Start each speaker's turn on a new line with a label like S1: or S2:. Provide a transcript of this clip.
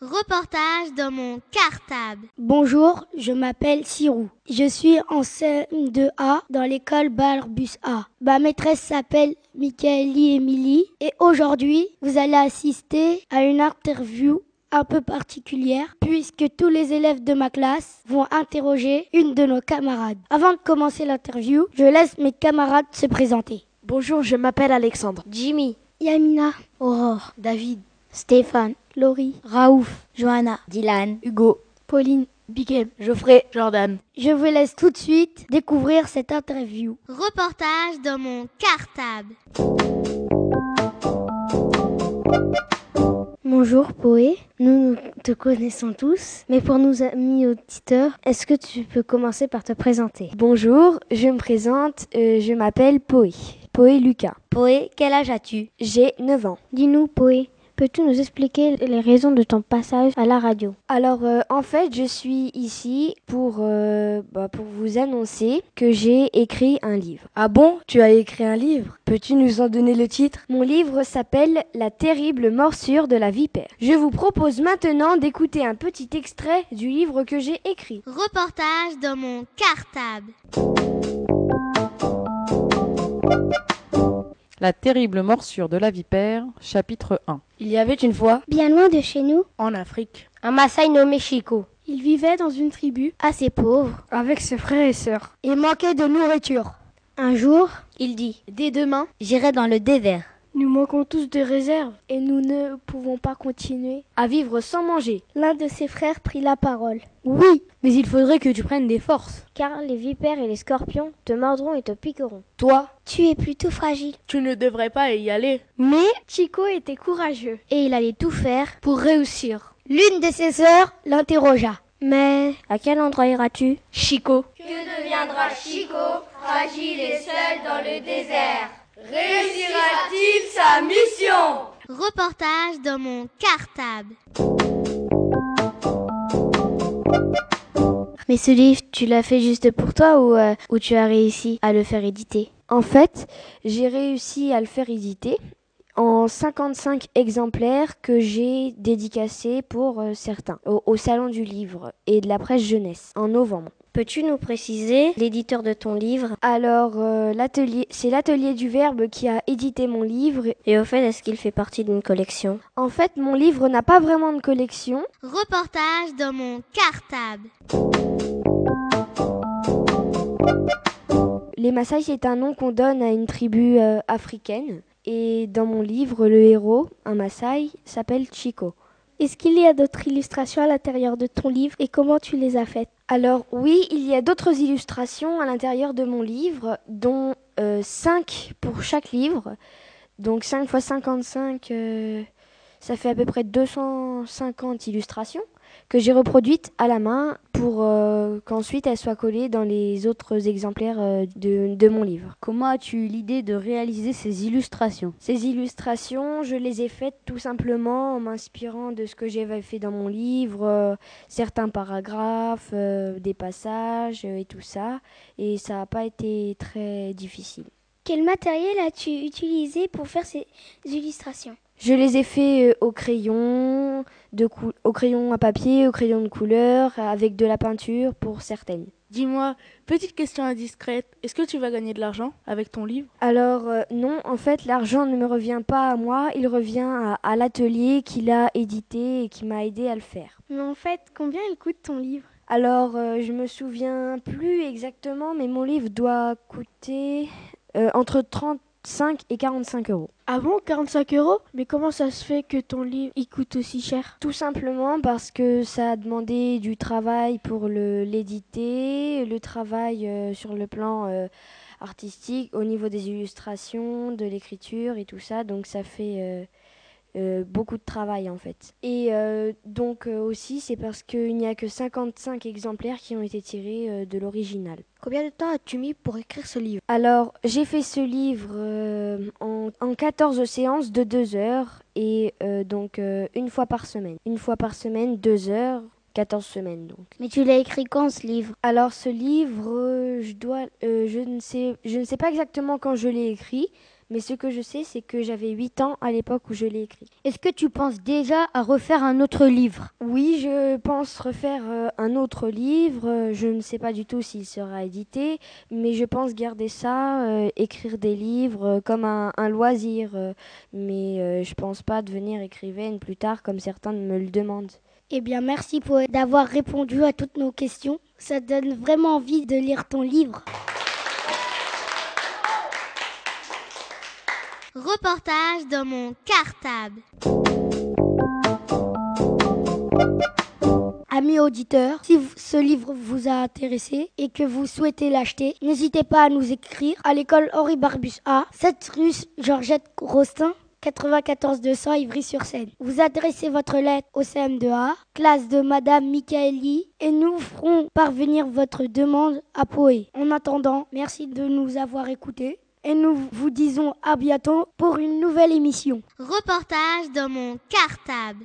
S1: Reportage dans mon cartable.
S2: Bonjour, je m'appelle Sirou. Je suis en CM2A dans l'école Balbus A. Ma maîtresse s'appelle Michaeli Emily et aujourd'hui, vous allez assister à une interview un peu particulière puisque tous les élèves de ma classe vont interroger une de nos camarades. Avant de commencer l'interview, je laisse mes camarades se présenter.
S3: Bonjour, je m'appelle Alexandre.
S2: Jimmy, Yamina, Aurore,
S3: David.
S2: Stéphane, Laurie, Raouf, Johanna,
S4: Dylan,
S3: Hugo.
S2: Pauline,
S3: Bigem. Geoffrey. Jordan.
S2: Je vous laisse tout de suite découvrir cette interview.
S1: Reportage dans mon cartable.
S5: Bonjour Poé, nous, nous te connaissons tous, mais pour nos amis auditeurs, est-ce que tu peux commencer par te présenter
S6: Bonjour, je me présente, euh, je m'appelle Poé. Poé Lucas.
S4: Poé, quel âge as-tu
S6: J'ai 9 ans.
S5: Dis-nous Poé, peux-tu nous expliquer les raisons de ton passage à la radio
S6: Alors euh, en fait, je suis ici pour, euh, bah, pour vous annoncer que j'ai écrit un livre.
S3: Ah bon Tu as écrit un livre Peux-tu nous en donner le titre
S6: Mon livre s'appelle La terrible morsure de la vipère. Je vous propose maintenant d'écouter un petit extrait du livre que j'ai écrit.
S1: Reportage dans mon cartable.
S7: La terrible morsure de la vipère, chapitre 1.
S3: Il y avait une fois,
S2: Bien loin de chez nous,
S3: en Afrique,
S4: Un Maasai nommé Chico.
S2: il vivait dans une tribu assez pauvre
S3: avec ses frères et sœurs.
S2: et manquait de nourriture. Un jour,
S4: Il dit
S2: dès demain,
S4: J'irai dans le désert.
S2: nous manquons tous de réserves et nous ne pouvons pas continuer
S6: À vivre sans manger.
S2: L'un de ses frères prit la parole.
S6: Oui, mais il faudrait que tu prennes des forces.
S5: Car les vipères et les scorpions te mordront et te piqueront.
S6: Toi,
S2: Tu es plutôt fragile.
S3: Tu ne devrais pas y aller.
S2: Mais Chico était courageux et il allait tout faire pour réussir.
S5: L'une
S2: de ses sœurs l'interrogea.
S5: Mais à quel endroit iras-tu
S3: Chico,
S1: Reportage dans mon cartable.
S5: Mais ce livre, tu l'as fait juste pour toi ou, euh, ou tu as réussi à le faire éditer
S6: En fait, j'ai réussi à le faire éditer en 55 exemplaires que j'ai dédicacés pour euh, certains au, au Salon du Livre et de la Presse Jeunesse en novembre.
S4: Peux-tu nous préciser l'éditeur de ton livre
S6: Alors, euh, l'atelier, c'est l'atelier du Verbe qui a édité mon livre.
S4: Et au fait, est-ce qu'il fait partie d'une collection
S6: En fait, mon livre n'a pas vraiment de collection.
S1: Reportage dans mon cartable.
S6: Les Maasai, c'est un nom qu'on donne à une tribu euh, africaine. Et dans mon livre, le héros, un Maasai, s'appelle Chico.
S2: Est-ce qu'il y a d'autres illustrations à l'intérieur de ton livre et comment tu les as faites
S6: Alors oui, il y a d'autres illustrations à l'intérieur de mon livre, dont 5 pour chaque livre. Donc 5 x 55, euh, ça fait à peu près 250 illustrations que j'ai reproduites à la main pour euh, qu'ensuite elles soient collées dans les autres exemplaires euh, de, de mon livre.
S4: Comment as-tu eu l'idée de réaliser ces illustrations
S6: Ces illustrations, je les ai faites tout simplement en m'inspirant de ce que j'avais fait dans mon livre, euh, certains paragraphes, euh, des passages euh, et tout ça. Et ça n'a pas été très difficile.
S2: Quel matériel as-tu utilisé pour faire ces illustrations
S6: Je les ai fait euh, au crayon, de cou- au crayon à papier, au crayon de couleur, avec de la peinture pour certaines.
S3: dis-moi, petite question indiscrète, est-ce que tu vas gagner de l'argent avec ton livre
S6: Alors euh, non, en fait, l'argent ne me revient pas à moi, il revient à, à l'atelier qui l'a édité et qui m'a aidé à le faire.
S2: Mais en fait, combien il coûte ton livre
S6: Alors, euh, je me souviens plus exactement, mais mon livre doit coûter euh, entre 35 et 45 euros.
S2: Ah bon, 45 euros Mais comment ça se fait que ton livre il coûte aussi cher
S6: Tout simplement parce que ça a demandé du travail pour le- l'éditer, le, travail euh, sur le plan euh, artistique, au niveau des illustrations, de l'écriture et tout ça. Donc, ça fait euh, euh, beaucoup de travail en fait. Et euh, donc, euh, aussi, c'est parce qu'il n'y a que 55 exemplaires qui ont été tirés euh, de l'original. Combien de temps as-tu mis pour écrire ce livre Alors, j'ai fait ce livre euh, en, en 14 séances de 2 heures et euh, donc euh, une fois par semaine. Une fois par semaine, 2 heures, 14 semaines donc.
S2: Mais tu l'as écrit quand ce livre
S6: Alors ce livre, euh, je dois, euh, je ne sais, je ne sais pas exactement quand je l'ai écrit, mais ce que je sais, c'est que j'avais 8 ans à l'époque où je l'ai écrit.
S8: Est-ce que tu penses déjà à refaire un autre livre
S6: Oui, je pense refaire euh, un autre livre. euh, Je ne sais pas du tout s'il sera édité, mais je pense garder ça, euh, écrire des livres euh, comme un, un loisir. euh, mais euh, je pense pas devenir écrivaine plus tard comme certains me le demandent.
S2: Eh bien, merci Poète d'avoir répondu à toutes nos questions. Ça donne vraiment envie de lire ton livre.
S1: Reportage dans mon cartable.
S2: Amis auditeurs, si vous- ce livre vous a intéressé et que vous souhaitez l'acheter, n'hésitez pas à nous écrire à l'école Henri Barbus A, 7 rue Georgette Rostin. 94 200 Ivry-sur-Seine. Vous adressez votre lettre au CM2A, classe de Madame Michaeli, et nous ferons parvenir votre demande à Poé. En attendant, merci de nous avoir écoutés et nous vous disons à bientôt pour une nouvelle émission.
S1: Reportage dans mon cartable.